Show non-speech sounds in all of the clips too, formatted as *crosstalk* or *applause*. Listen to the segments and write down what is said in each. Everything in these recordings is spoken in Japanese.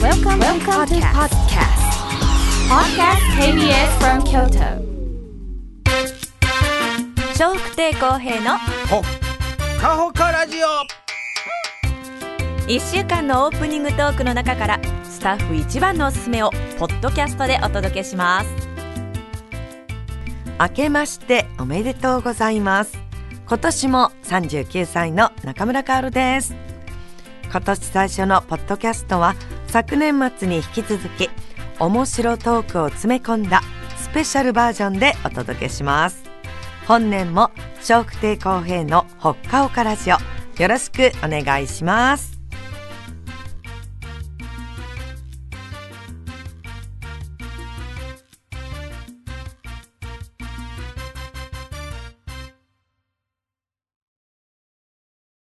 Welcome, to podcast. Podcast KBS from Kyoto. 笑福亭公平のほっかほかラジオ1週間のオープニングトークの中からスタッフ一番のおすすめをポッドキャストでお届けします。明けましておめでとうございます今年も39歳の中村かおるです今年最初のポッドキャストは昨年末に引き続き面白トークを詰め込んだスペシャルバージョンでお届けします本年も笑福亭公平のほっかほかラジオよろしくお願いします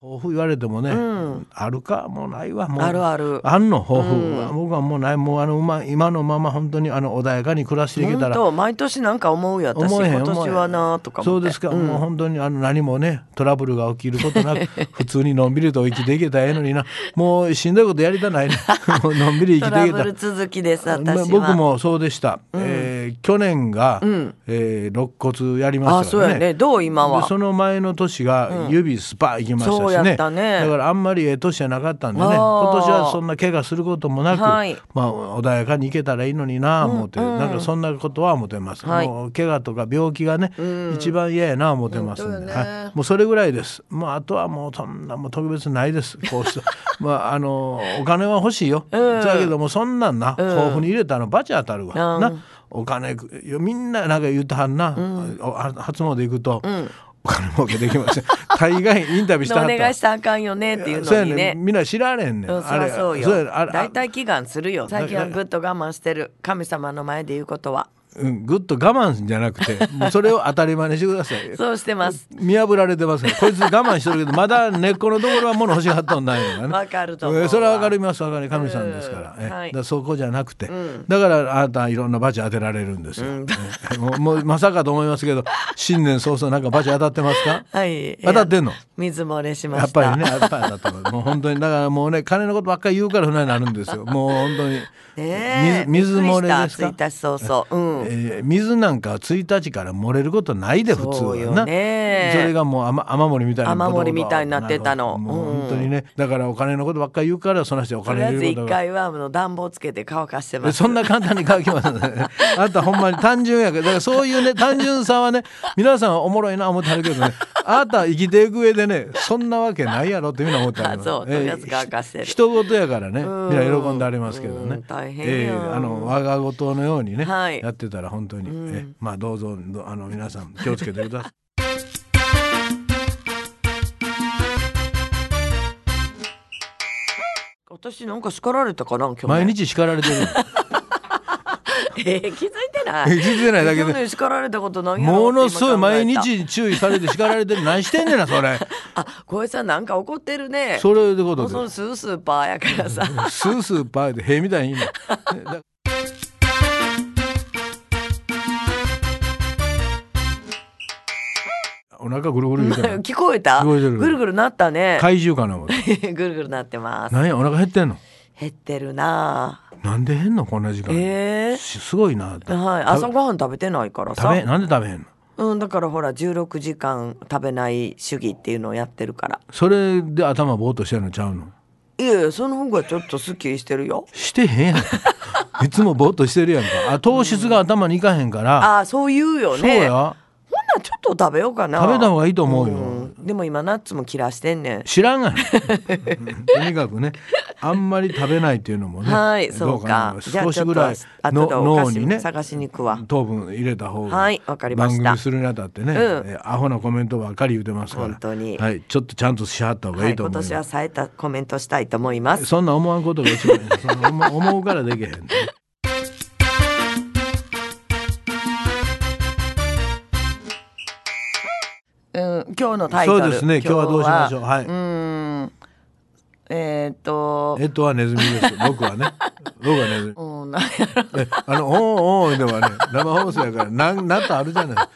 抱負言われてもね、うんあるかもうないわもうあるあるあんの抱負、うん僕はもうないもうあの、ま、今のまま本当にあの穏やかに暮らしていけた本ら当毎年なんか思うよ私思えへん今思え年へんはなとかそ思うってですか、んもう本当にあの何もねトラブルが起きることなく *laughs* 普通にのんびりと生きていけたらええのになもうしんどいことやりたない *laughs* ねもうのんびり生きトてラいけたブらル続きです私は、ま僕もそうでした、えー去年が、えー肋骨やりましたからねあそうやねどう今ではその前の年が指スパ行きましたしね,、そうやったねだからあんまりええ年じゃなかったんでねあ今ー年はそんな怪我することもなく、はいまあ、穏やかに行けたらいいのになあ思って、なんかそんなことは思ってます、はいもう怪我とか病気がね、一番嫌やなあ思ってますんで、本当よねはい、もうそれぐらいですもうあとはもうそんなもう特別ない *laughs* ですこうしてまああのお金は欲しいよ、だけどもうそんなんな、豊富に入れたらバチ当たるわ、うんなお金よみんななんか言ってはんな、おあ初詣行くと、お金儲けできません *laughs* 大概インタビューしてはおった願いしたらあかんよねっていうそうのやにねねんみんな知られんねん、うんそりゃそうそうやねんあよれ大体祈願するよ最近はだぐっと我慢してる神様の前で言うことはうん、ぐっと我慢じゃなく *laughs* てもうそれを当たり前にしてくださいそうしてます見破られてますねこいつ我慢してるけどまだ根っこのところは物欲しがっとんないよねわかると思うわえーそれはわかりますわかり神さんですから,、うんえはいだからそこじゃなくて、だからあなたいろんなバチ当てられるんですよ、えーもうもうまさかと思いますけど新年早々なんかバチ当たってますかはい当たってんの水漏れしまやっしたぱりねやっぱり当たってますもう本当にだからもうね金のことばっかり言うから不安になるん *laughs* ですよもう本当に、ねえ水水漏れですびっかくりした1日早々うんえー水なんか1日から漏れることないで普通そうはなよねそれがもう雨雨漏りみたいなことが雨漏りみたいになってたのなんかもううん本当にねだからお金のことばっかり言うからその人おと金りあえ入ずれること一が回はあの暖房つけて乾かしてまえすそんな簡単に乾きますねあとほんまに単純やけどだからそういう *laughs* ね単純さはね皆さんはおもろいな思ってはるけどねあなたは生きていく上でねそんなわけないやろってみんな思ってはるあそうとりあえず乾かしてるひ人事やからねみうんんな喜んでありますけどうねん大変えやーあの我が事のようにね、はいやってたら本当に、えまあどうぞどあの皆さん気をつけてく *laughs* ださい。私なんか叱られたかな今日毎日叱られてる *laughs* えー気づいてな気いづいてないだけ去で年叱られたことないやもろって今のすごい考え毎た日注意されて叱られてる何してんねんなそ *laughs* れあ小江さんなんか怒ってるねそれでこもとうでそのスースーパーやからさスースーパーで塀みたいにいいのねだお腹ぐるぐる言うてる *laughs* 聞こえた聞こえてるぐるぐるなったね *laughs* 怪獣かな思って *laughs* ぐるぐるなってます何やお腹減ってんの減ってるなあなんで減んのこんな時間に、えしすごいなってーはい、朝ごはん食べてないから食さべなんで食べへんのうん、だからほら16時間食べない主義っていうのをやってるからそれで頭ぼーっとしてんのちゃうのいやいやその方がちょっとすっきりしてるよしてへんや *laughs* んいつもぼーっとしてるやんかあ糖質が頭にいかへんから、ああそう言うよそうねほんやならちょっと食べようかな食べた方がいいと思うよ、うんでも今ナッツも切らしてんねん知らんがなうん *laughs* とにかくねあんまり食べないっていうのもねはいどそううかなじゃ少あちしょぐっとらいの後でお菓脳子にね探しに行くわ糖分入れた方がはいわかりました番組するにあたってね、うんえーアホなコメントばっかり言ってますから本当にはい、ちょっとちゃんとしはった方がはいいいと今思います、年は冴えたコメントしたいと思いますそんな思わんことが一番いいそ *laughs* んな思う思うからできへんね、うん、今日のタイトそうルですね今日はどうしましょうはいうーんえーっとえっとはネズミです僕 *laughs* はね僕はネズミうんなんやろえあの「おーおー」ではね生放送やからなんなんとあるじゃない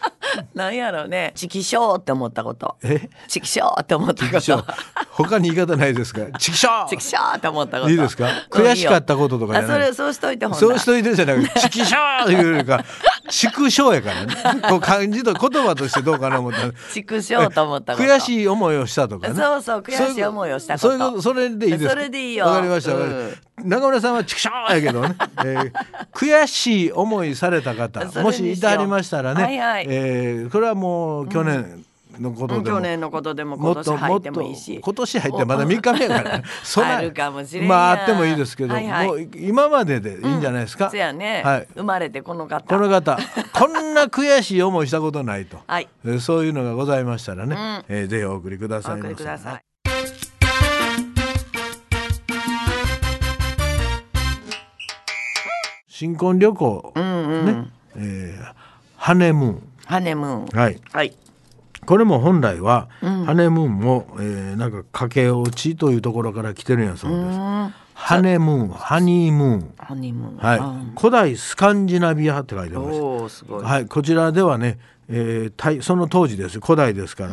なんやろうね。チキショーって思ったこと。えチキショーって思ったチこキショと。ー他に言い方ないですかチキショチキーショーって思ったこと。いいですかうん悔しかったこととかあ、じゃそないれ、そうしといてほんなそうしといてじゃなくてチキショーというよりか畜生やからねこう感じと言葉としてどうかな思ったらチクショーと思ったこと。悔しい思いをしたとかねそうそう悔しい思いをしたことそういうことそれでいいですかそれでいいよわかりました、わかりました中村さんは畜生やけどね、えー悔しい思いされた方それにしようもしいたありましたらね、はいはいえーこれはもう去年のこうとんで去も、年のことでもも今っ年と入もっっとてもいいし。今年入ってまだ3日目やからね *laughs* そんなあるかもしれんなまああってもいいですけど、はいはいもう今まででいいんじゃないですか、そうやね、はい生まれてこの方。この方こんな悔しい思いしたことない *laughs* と、はいえーそういうのがございましたらね、えーぜひお送りくださおい送りください。新婚旅行、うんうん。えーハネムーンハネムーン。はい、はい。これも本来は、ハネムーンも、えーなんか駆け落ちというところから来てるんやそうです。ハネムーン、ハニームーン、ハネムーン。はい、あ古代スカンジナビアって書いてーましおお、すごい。た。はい、こちらではね、えー大その当時ですよ古代ですから、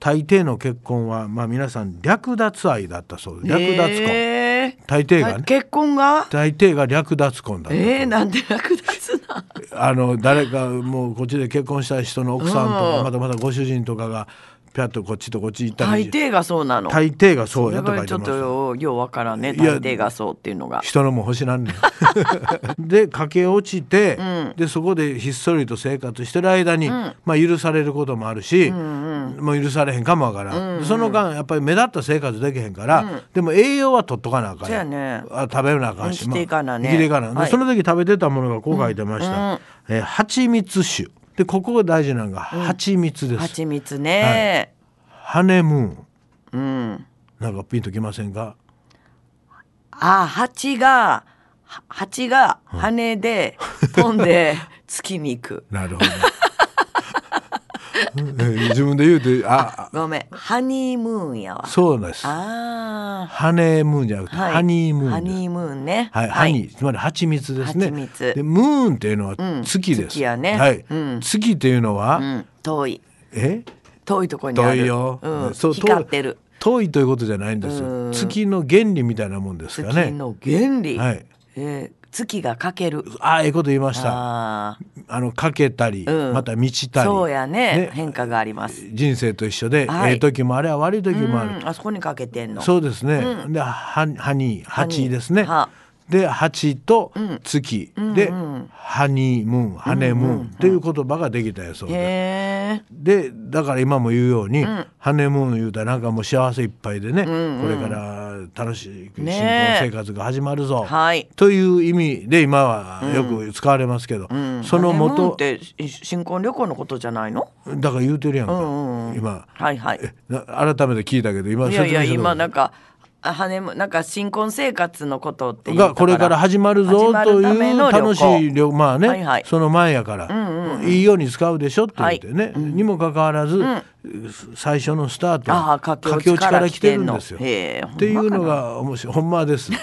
大抵の結婚は、まあ、皆さん略奪愛だったそうです略奪婚、え大抵ーがね結婚が。大抵が略奪婚だったそうですえー、なんで略奪な。あの誰かもうこっちで結婚した人の奥さんとか、まだまだご主人とかがぴゃっとこっちとこっち行った大り抵がそうなの。大抵がそうだやとか書らいちてょっますとようわからんね。いや大抵がそうっていうのが。人のもん欲しなんねん *laughs* で駆け落ちて、でそこでひっそりと生活してる間に、まあ、許されることもあるし、もう許されへんかもわからん、その間やっぱり目立った生活できへんから、でも栄養は取っとかなあかんそうやねあ食べなあかんし生きていかなねまあ生きていかなではいその時食べてたものがこう書いてました「えー蜂蜜酒」でここが大事なのが蜂蜜です、蜂蜜ね。ハネムーンうん。なんかピンときませんかあ、蜂が。は蜂が羽で飛ん *laughs* で月に行く。なるほど *laughs* うん自分で言うてあごめん、ハニームーンやわ。そうなんです。あハネムーンじゃなくあ、て、ハニームハーンです。ニームーンね。はい、ハニー、つまり蜂蜜ですね。蜂蜜で、ムーンっていうのは月です。月やねはい、うん月っていうのは、うん、遠い。え、遠いところにあ遠る。いよ。うん、そう、光ってる。遠い。遠いということじゃないんですうよ。ん月の原理みたいなもんですか月ね。の原理。はい。えー月が欠ける。ああ、ええこと言いました。あああ、の、かけたり、うんまた満ちたり。そうやねね変化があります。人生と一緒で、はいええ時もあれば悪い時うん、もある。あそこにかけてんの。そうですね。で、は、ハニー、ハチですねは。で、ハチと月、で、ハニームーン、ハネムーンっていう言葉ができたやそうで。へえ。で、だから今も言うように、ハネムーン言うたらなんかもう幸せいっぱいでね、これから楽しい新婚ねえ生活が始まるぞ。はい。という意味で今はよく使われますけど、そのハネムーンっ元、てし新婚旅行のことじゃないの？だから言うてるやんか、うんうん今。はいはい。な改めて聞いたけど今いやい説明しやたとこ今なんかあハネムーンなんか新婚生活のことって言ったがこれから始まるぞと始まるたいめうの旅行楽しい旅まあね、はいはいその前やから、いいように使うでしょって言ってね、にもかかわらず、最初のスタートああは駆け落ちから来てんの。駆け落ちから来てるんですよ。へえ。ほんまってかないうのが面白いほんまです。い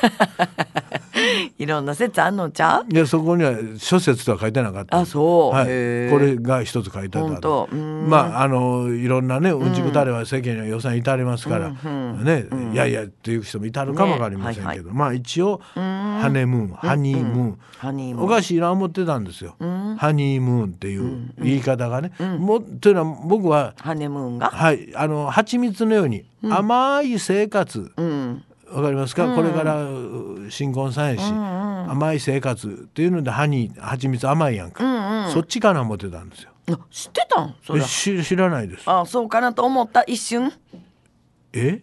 いろんな説あんのちゃう？やそこには諸説とは書いてなかった。あそうはい、へえこれが一つ書いてあったとほんとうんまああのいろんなねうんちくたれは世間には予算至りますから、ね、いやいやっていう人も至るかもわかりませんけど、ねはいまあ一応ハネムーンハニームーン、ハニームーおン。かしいな思ってたんですよ。ハニームーンっていう言い方がね。もというのは僕は、ハネムーンが。はい、あの蜂蜜のように甘い生活。うん。わかりますか、これからう新婚さんやし、甘い生活っていうのでハニー蜂蜜甘いやんか、そっちかな思ってたんですよあ知ってたん？そえれ。し知らないですあそうかなと思った一瞬。え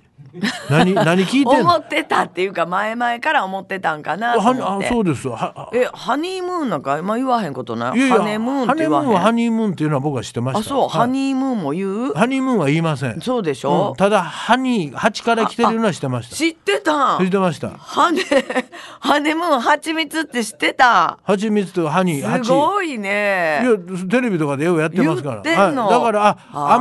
何何聞いてんの *laughs* 思はってたっていうか前々から思ってたんかなと思っあてそうですははえハニームーンなんか今言わへんことないいやいやハネムーンって言わハネムーンはへハんニームーンっていうのは僕は知ってましたあそう、はいハニームーンも言うハニームーンは言いませんそうでしうょん、ただ歯に蜂から来てるのは知ってました。知ってた知っんてました。ハネハネムーン蜂蜜って知ってた蜂蜜と歯にす蜂。ごいいやねテレビとかでよくやってますから。言ってんのはいだからああー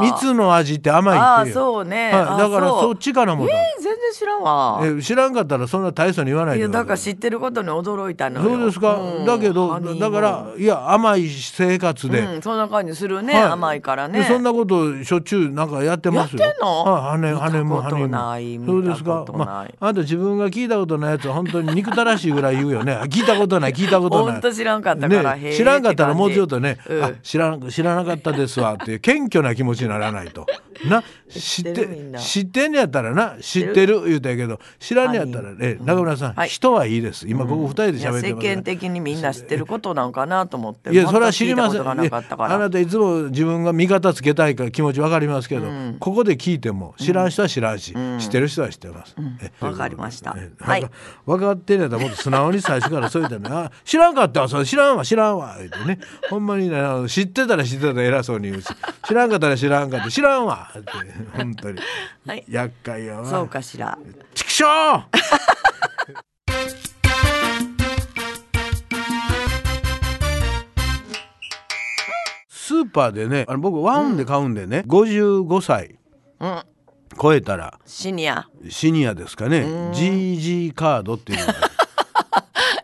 甘い蜜の味って甘いっていう。ああそうねはいあだかららそっちからもだ、えー全然知らんわえ知らんかったらそんな大層に言わないいでやくださだいから知ってることに驚いたのよそうですか、うんだけどハニーだからいや甘い生活で、うん、そんな感じするね、はい甘いからねでそんなことしょっちゅうなんかやってますよ。やってんのはい、羽見た羽もこと羽も。ないそうです見たかこ。とないまああんた自分が聞いたことないやつは本当に憎たらしいぐらい言うよね。あ *laughs* 聞いたことない聞いたことない。ほんと知らんかったからへね、ー知らんかったらもうちょっとね、うんあ知らん知らなかったですわっていう謙虚な気持ちになら *laughs* ないと。な知っ知ってるみんてな知ってんねやったらな知ってる言うたんやけど知らんねやったらね中村さん、はい人はいいです。今ここ二人でいや喋って世ます、間的にみんな知ってることなんかなと思っていやそれは知りませ全んく聞いたことがなかったかいやあらなたいつも自分が味方つけたいから気持ちわかりますけど、ここで聞いても知らん人は知らんし、知ってる人は知ってます。えわかりましたえはいわか分かってんねやったらもっと素直に最初からそう言ったのにあ知らんかったわそれ知らんわ知らんわ」言ってねほんまにねあの知ってたら知ってたら偉そうに言うし知らんかったら知らんかった知らんわって本当に、はい厄介やわ。そうかしらちくしょ *laughs* うスーパーでねあの僕ワウンで買うんでね、55歳うん超えたらシニアシニアですかね GG カードっていうのが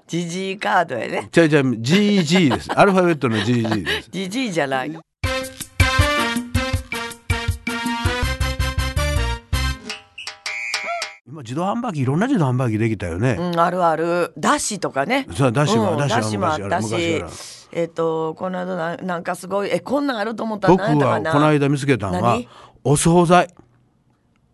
ジジイカードやねちゃいちゃい GG ですアルファベットの GG ですジジイじゃない今自動販売機いろんな自動販売機できたよね、うんあるあるだしとかねそうだしもうんだしもだしもあったし昔からえっ、とこの間ななんかすごいえこんなんあると思ったら僕なんやったかはなこの間見つけたのは何お惣菜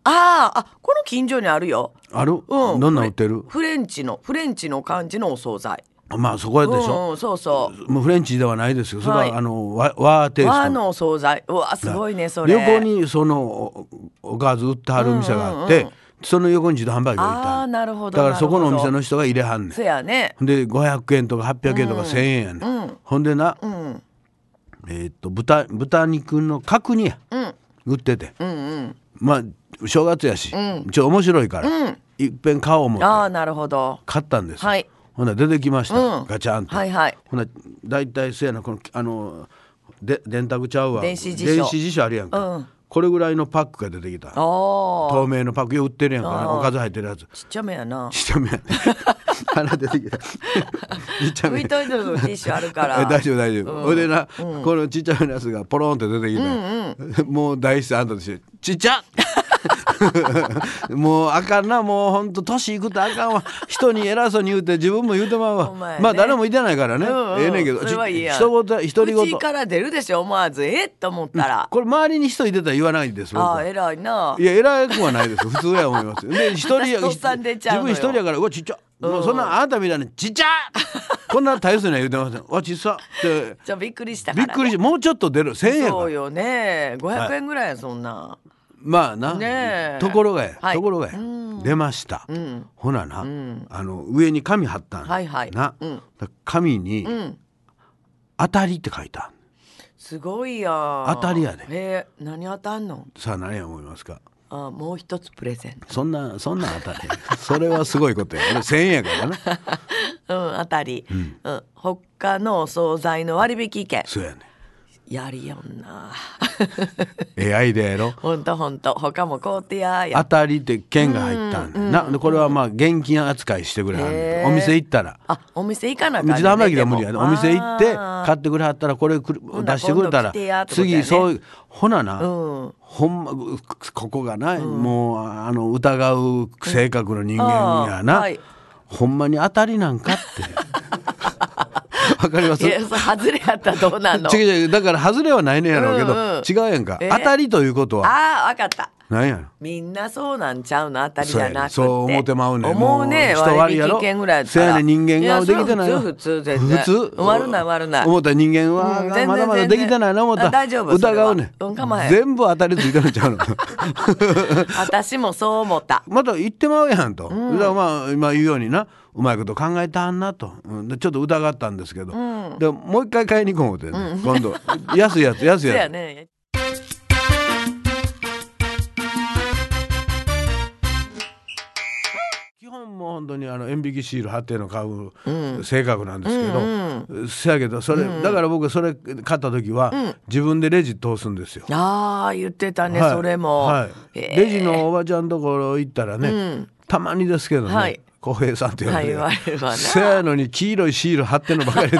あああこの近所にあるよある、うんどんなん売ってるフレンチのフレンチの感じのお惣菜まあそこやでしょ、うんうん、そうそうもうフレンチではないですよ。それは、はいあの和和テイスト。和のお惣菜うわすごいねそれ横にそのおおおかず売ってはる店があって、うんうんうその横に自動販売機が置いてあーなるほどだからそこのおなるほど店の人が入れはんねそやねん。で500円とか800円とか1,000円やね、んほんでな、うんえーっと豚豚肉の角煮やうん売ってて、うんうんまあ正月やし、ちょ面白いから、いっぺん買おう思ってああなるほど買ったんですよ、はいほんなら出てきました、うんガチャンと、はいはいほな大体せやなこのあので電卓ちゃうわ電子辞書電子辞書あるやんか、うんこれぐらいのパックが出てきたああ透明のパックよう売ってるやんかあーおかず入ってるや *laughs* つちっちゃめやなちっちゃめやね鼻出て *laughs* きたちっちゃ拭めいといてのティッシュあるか *laughs* らえ大丈夫大丈夫、うんほいでな、このちっちゃめのやつがポロンって出てきて、もう大好きあんたとして「ちっちゃっ! 」もうあかんなもうほんと年いくとあかんわ人に偉そうに言うて自分も言うてまうわ、ほんまやねまあ誰もいてないからね、うんうんええねんけどそれはいいやん人言独り口言から出るでしょ思わずえっと思ったら、これ周りに人いてたら言わないんです僕あはあ偉いないや偉くはないです普通や思いますで一人や *laughs* 私とっさん出ちゃうのよ自分一人やからうわちっちゃ、もうそんなあなたみたいにちっ *laughs* ちゃこんな大切な言うてませんわちっさってじゃあびっくりしたかびらっくりしてもうちょっと出る1000円やかそうらよねは500い円ぐらいやそんな、まあな、ねえところがや、はいところがや出ました、んほなな、あの上に紙貼ったん、はいはいな、うんだ紙に、うん当たり」って書いたんすごいやん当たりやでへえ何当たんのさあ何や思いますかあもう一つプレゼントそんなそんな当たり *laughs* それはすごいことや1000円や *laughs* からなうん当たり、うん他のお惣菜の割引券そうやねやりよんな *laughs* ええアイデアやろほんとほんと他も買うてやや当たりって券が入ったんだよな、でこれはまあ現金扱いしてくれはんねんお店行ったらあお店行かなあかんね道の販売機では無理やねでおも店行ってあー買ってくれはったらこれくるんなら出してくれた今度ら来てやってことやね次そういうほなな、うんほんまここがな、もうあの疑う性格の人間やな、あーはいほんまに当たりなん *laughs* かってわかりますいやそれ外れやったらどうなんの *laughs* 違う違うだから外れはないねんやろうけど、うんうん違うやんか、え当たりということはああわかったなんやろみんなそうなんちゃうの当たりじそうゃやなくねてそう思ってまうねん思うねもう人割りやろ割引券ぐらいやったそうらやねん人間ができてないやよそれ普通全然普通悪ない悪ない思ったら人間は、うん全然まだまだできてないな思ったらあ大丈夫それ疑はうねんうん構わへん全部当たりついてるんち *laughs* ゃうの私もそう思ったまた言ってまうやんと、だからまあ今言うようになうまいこと考えたんなと、うんでちょっと疑ったんですけど、でもう一回買いに行こう思って、ね今度安いやつ安いそうややつね基本も本当にあの塩引きシール貼ってるの買ううん性格なんですけど、うんせやけどそれ、だから僕それ買った時は、うん自分でレジ通すんですよ。ああ言ってたね、はいそれも、はいえーレジのおばちゃんところ行ったらね、うんたまにですけどね、はい小平さんって呼んで、はい言われるわなせやのに黄色いシール貼ってんのばかりで *laughs*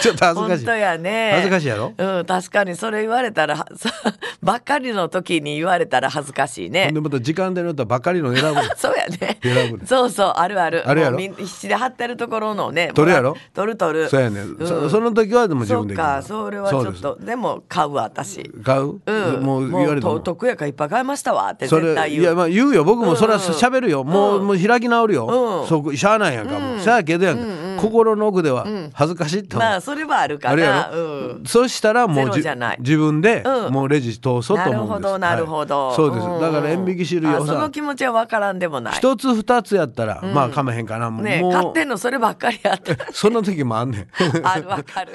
ちょっと恥ずか本しい当やね恥ずかしいやろうん確かにそれ言われたらは *laughs* ばっかりの時に言われたら恥ずかしいほねんでまた時間での歌ばかりの選ぶそうやね選ぶねそうそうあるあるあるやろもうみん必死で貼ってるところのね取るやろ取る取るそうやね、うんそその時はでも自そ分でう行くかそれはちょっそうとでも買うわ私です買う、うんもう言われてももう得やからいっぱい買いましたわってそ絶れ対言いうやまあ言うよ僕もそれはうんうん喋るよ、もうもう開き直るよ、うんそこしゃあないやんか、もうしゃあけどやんか、心の奥では恥ずかしいって思う、まあそれはあるかあれやらろ、うんそしたらもゼうロじじゃない自分でうんもうレジ通そうと思うんです、なるほどなるほど、はいそうです、んだから塩引き汁よあそのさ気持ちはわからんでもない一つ二つやったら、まあかまへんかなもう,、ねえ買ってんのそればっかりやった *laughs* その時もあんね *laughs* んあるわかる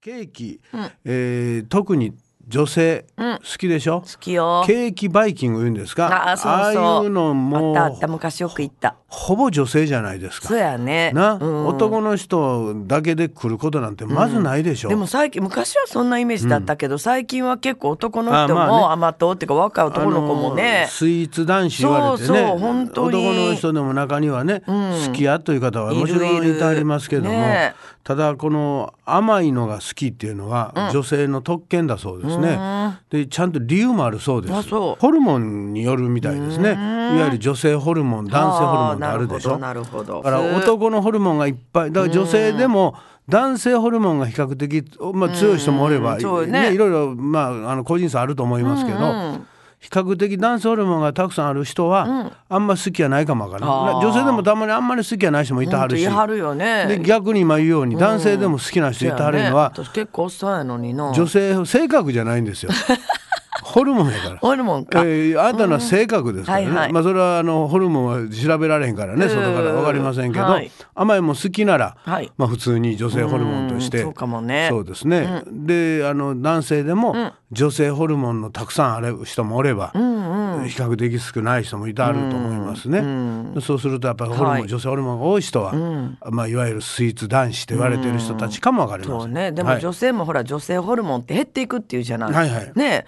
ケーキ、えー特に女性好きでしょ、好きよケーキバイキング言うんですかあそうそうああいうのあっもたあった昔よく行ったほぼ女性じゃないですかそうやねな、うん男の人だけで来ることなんてまずないでしょ、でも最近昔はそんなイメージだったけど、最近は結構男の人あまあねも甘党っていうか若いあ男のの子もね、スイーツ男子言われてねそうそう本当に男の人でも中にはね、好きやという方はもちろいるいんるいてありますけどもねただこの甘いのが好きっていうのは女性の特権だそうですね、でちゃんと理由もあるそうであすそうホルモンによるみたいですねいわゆる女性ホルモン男性ホルモンってあるでしょなるほどだかなるらほど男のホルモンがいっぱいだから女性でも男性ホルモンが比較的、まあ、強い人もおれば、うんそうねねいろいろ、まあ、あの個人差あると思いますけど、比較的男性ホルモンがたくさんある人は、あんま好きやないかもわからないあー女性でもたまにあんまり好きやない人もいては本当るし言い張るよでね逆に今言うように男性でも好きな人いてはるのはそうやね、私結構おっさんやのにな女性性格じゃないん *laughs* ですよホルモンやから。ホルモンか、えーあなたの性格ですからね、うんはいはいまあ、それはあのホルモンは調べられへんからね、うん外から分かりませんけど、はい甘いもん好きなら、はいまあ、普通に女性ホルモンとして、うんそうかもねそうですね、であの男性でも女性ホルモンのたくさんある人もおれば、比較的少ない人もいてあると思いますね、そうするとやっぱりホルモン、はい女性ホルモンが多い人は、まあ、いわゆるスイーツ男子と言われてる人たちかも分かりまそせ。うんねではもい女性もほら女性ホルモンって減っていくっていうじゃない、はいはいね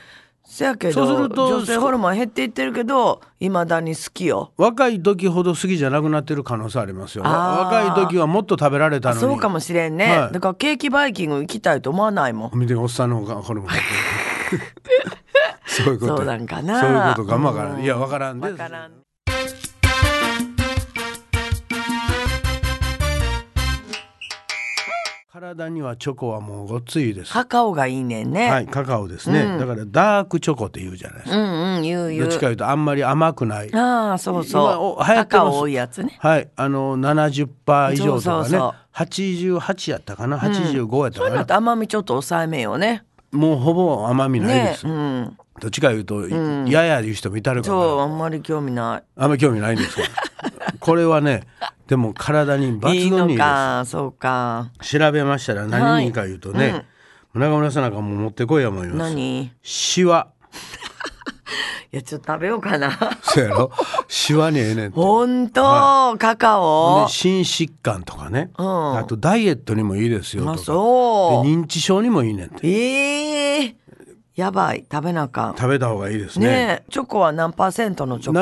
せやけどそうすると女性ホルモン減っていってるけどいまだに好きよ若い時ほど好きじゃなくなってる可能性ありますよねあー若い時はもっと食べられたのにそうかもしれんね、はいだからケーキバイキング行きたいと思わないもん見ておっさんの方がホルモン *laughs* そういうことそうなんかなそういうことかまあわからんいやわからんでわすからん体にはチョコはもうごっついですカカオがいいねんね、はいカカオですね、だからダークチョコって言うじゃないですか、うんうん言う言どっちうかいうとあんまり甘くないああそう今おそう流行カってますカオ多いやつねはいあの70%以上とかねそうそうそう88やったかな85やったそかういうのなっ、て甘みちょっと抑えめよねもうほぼ甘みないでねす、うんどっちかいうと、ややいう人もいたるからそうあんまり興味ないあんまり興味ないん *laughs* ですがこれはねでも体に抜群にいいいいですのかそうか調べましたら何にか言うとね、中村さんなんかもう持ってこいや思います何いシワやちょっと食べよう *laughs* かなそうやろシワにええねんて本当、カカほんオで心疾患とかね、んあとダイエットにもいいですよとあかそでう認知症にもいいねんてええやばい食べなあかん食べた方がいいですねねえチョコは何パーセントのチョコ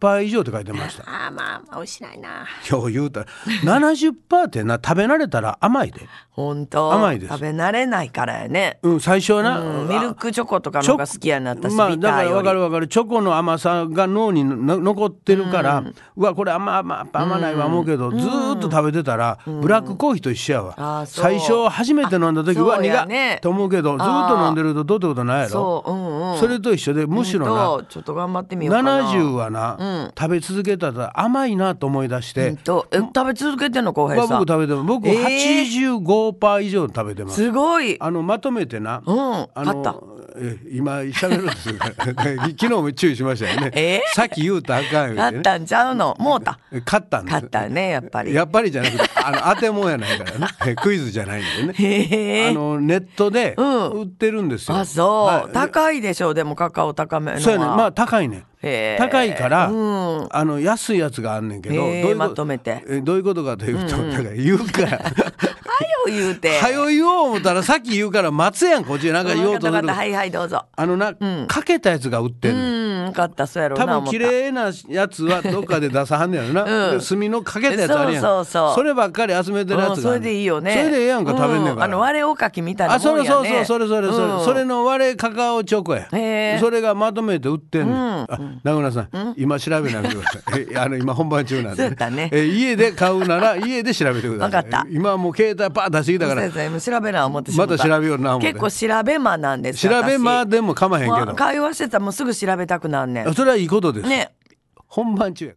70%以上って書いてました *laughs* あーまあまあ美味しないな今日言うたら70%ってな食べ慣れたら甘いで、本当甘いです食べ慣れないからやね、うん、最初はな、うんミルクチョコとかの方が好きやなったし、まあビだタかーらよわりかるわかるチョコの甘さが脳にの残ってるから、うわこれ甘甘甘甘ないわ思うけど、ずーっと食べてたら、ブラックコーヒーと一緒やわ、あーそう最初初めて飲んだ時あうわそう苦やっ、ねと思うけどずーっと飲んでるとどうってことないやろそううんうんそれと一緒でむしろほなんとちょっと頑張ってみようかな70はな、食べ続けたら甘いなと思い出しほんて、とえ食べ続けてんの浩うわ平さん僕食べてます僕えー85%以上食べてます、すごいあのまとめてな、うんあ勝っのたえ今喋るんですよ *laughs* 昨日も注意しましたよね、えさっき言うたらあかんよ、なねっ、たんちゃうのもうた勝ったんです勝ったねやっぱりやっぱりじゃなくてあの当てもんやないからねえクイズじゃないんでねへあえのネットでうん売ってるんですよ、あそう、はい高いでしょうでもカカオ高めのはそうやねまあ高いねへえ高いから、うんあの安いやつがあんねんけど、へどうえいうこまとめてえどういうことかというと、だから言うから早い言う *laughs* て早よ言おう思ったらさっき言うから待つやんこっちでなんか言おうとすわかったわかっるたはいはいどうぞあのな、かけたやつが売ってんうねんんよかったそうやろう多な分思っ綺た麗なやつはどっかで出さはんねやろな、うんで炭のかけたやつあるやんそうそうそうればっかり集めてるやうんつそがあれんねん、でいいよねそれでええやんか食べんねんうから、あの割れおかきみたいなあもそんやれねそうそうそれそれそれ、うんそれの割れカカオチョコや、へえそれがまとめて売ってんねん、うんあ名倉さん、今調べなくてくださいえあの今本番中なんそうでやったねえ家で買うなら家で調べてくださいわかった今はもう携帯パーッ出してきたから先生もう調べな思ってしったまた調べような思って結構調べ間なんです調べま私でもかまへんけもうど会話してたらもうすぐ調べたくなんねんそれはいいことです、ね本番中や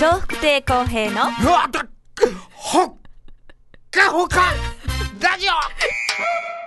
笑福亭公平のうわだっほっかほかラジオ